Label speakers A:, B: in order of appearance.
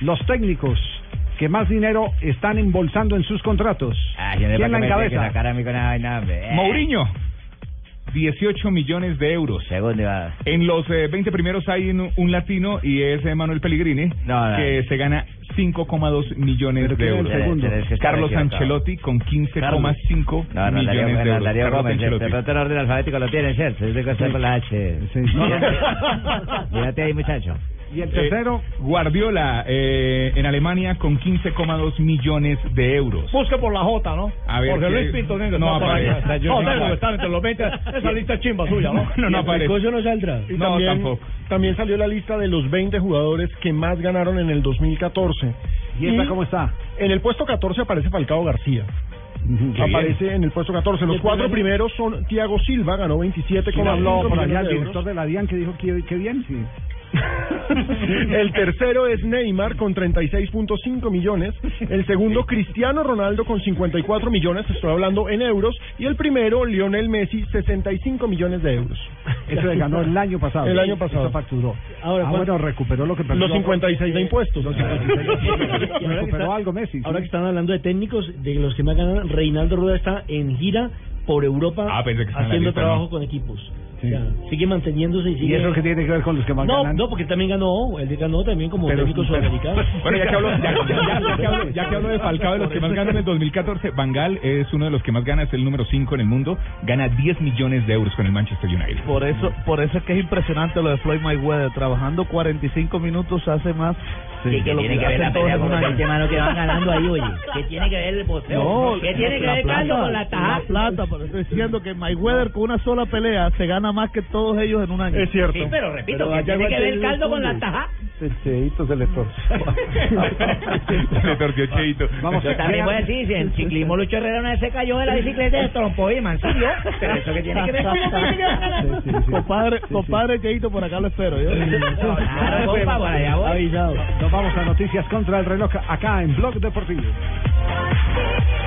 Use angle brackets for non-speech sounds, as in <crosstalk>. A: Los técnicos que más dinero están embolsando en sus contratos.
B: Ah, yo no
A: ¿Quién la
B: me tengo que
A: encabeza?
B: sacar a mí con esa vaina, hombre. Eh,
C: Mourinho, 18 millones de euros.
B: Segundo, va.
C: En los eh, 20 primeros hay un, un latino y es eh, Manuel Pellegrini,
B: No, no.
C: que se gana 5,2 millones
A: Pero
C: de
A: ¿quién es el
C: euros.
A: segundo?
B: Tienes que estar
C: Carlos
B: equivocado.
C: Ancelotti con 15,5
B: No, no, Darío,
C: millones de
B: bueno,
C: euros.
B: Darío
C: Carlos
B: Gómez, el
C: Ancelotti.
B: piloto en orden alfabético lo tiene, ¿cierto? Es de cosa con la H.
A: Sí.
B: <laughs> Mírate- Mírate ahí, muchacho.
A: Y el
C: Eh,
A: tercero,
C: Guardiola eh, en Alemania con 15,2 millones de euros.
D: Busca por la J, ¿no?
C: A ver,
D: Porque
C: ¿qué?
D: Luis Pinto Negro
C: No
D: está por ahí.
C: aparece.
D: No, tengo
C: No aparece.
D: que estar entre los
C: <laughs>
D: 20. Esa lista es chimba suya, ¿no?
C: No, <laughs> no, no aparece.
D: no saldrá.
C: Y No, también- tampoco.
D: También salió la lista de los 20 jugadores que más ganaron en el 2014.
A: ¿y esta cómo está?
D: En el puesto 14 aparece Falcao García. aparece en el puesto 14. Los cuatro primeros son Thiago Silva, ganó 27,5
A: ¿Quién habló por allá
D: millones
A: el
D: de euros.
A: director de la DIAN que dijo que, que bien?
E: <laughs>
A: Sí. <laughs>
D: El tercero es Neymar con 36.5 millones. El segundo, Cristiano Ronaldo con 54 millones, estoy hablando en euros. Y el primero, Lionel Messi, 65 millones de euros.
A: Eso le ganó el año pasado.
D: El año pasado.
A: Eso facturó.
D: Ahora,
A: ah,
D: ¿cuánto?
A: bueno, recuperó lo que perdió.
D: Los 56
A: eh,
D: de impuestos.
A: Recuperó algo Messi. sí.
E: Ahora que están hablando de técnicos, de los que más ganan, Reinaldo Rueda está en gira por Europa
C: Ah, pensé que estaba en la
E: haciendo
C: lista,
E: trabajo
C: ¿no?
E: con equipos.
A: Sí.
E: O sea, sigue manteniéndose y sigue...
A: ¿Y eso que tiene que ver con los que más
E: no,
A: ganan?
E: no, porque también ganó, él ganó también como
A: Pero-
E: técnico
A: pero-
E: sudamericano.
C: <laughs> <laughs> Bueno, ya que hablo, ya, ya- ya que hablo, ya que hablo de Falcao, de los que más ganan en el 2014, Bangal es uno de los que más gana, es el número 5 en el mundo, gana 10 millones de euros con el Manchester United.
F: Por eso, por eso es que es impresionante lo de Floyd Mayweather. Trabajando 45 minutos hace más
B: ¿Y qué
F: lo
B: tiene que ver la
F: hacen
B: pelea
F: todos en
B: con
F: un
B: los
F: año.
B: hermanos que van ganando ahí, oye? ¿Qué tiene que ver el boxeo?
F: No,
B: ¿Qué tiene que ver Carlos con la
F: La
B: taja?
F: plata, pero estoy diciendo que Mayweather con una sola pelea se gana más que todos ellos en un año.
D: Es cierto.
B: Sí, pero repito, ¿qué tiene que ver el caldo con la taja?
A: se le
B: <laughs>
C: <laughs> Se torció Cheito.
A: Vamos
B: Yo también voy a decir, si en ciclismo Lucho Herrera una vez se cayó de la bicicleta y trompó y mancillo, pero eso que tiene que ver con la
A: Sí, sí.
F: Compadre, compadre Cheito, por acá lo espero. yo. <laughs>
B: Claro, compa, por allá voy.
A: Nos vamos a noticias contra el reloj acá en Blog Deportivo.
G: Thank you.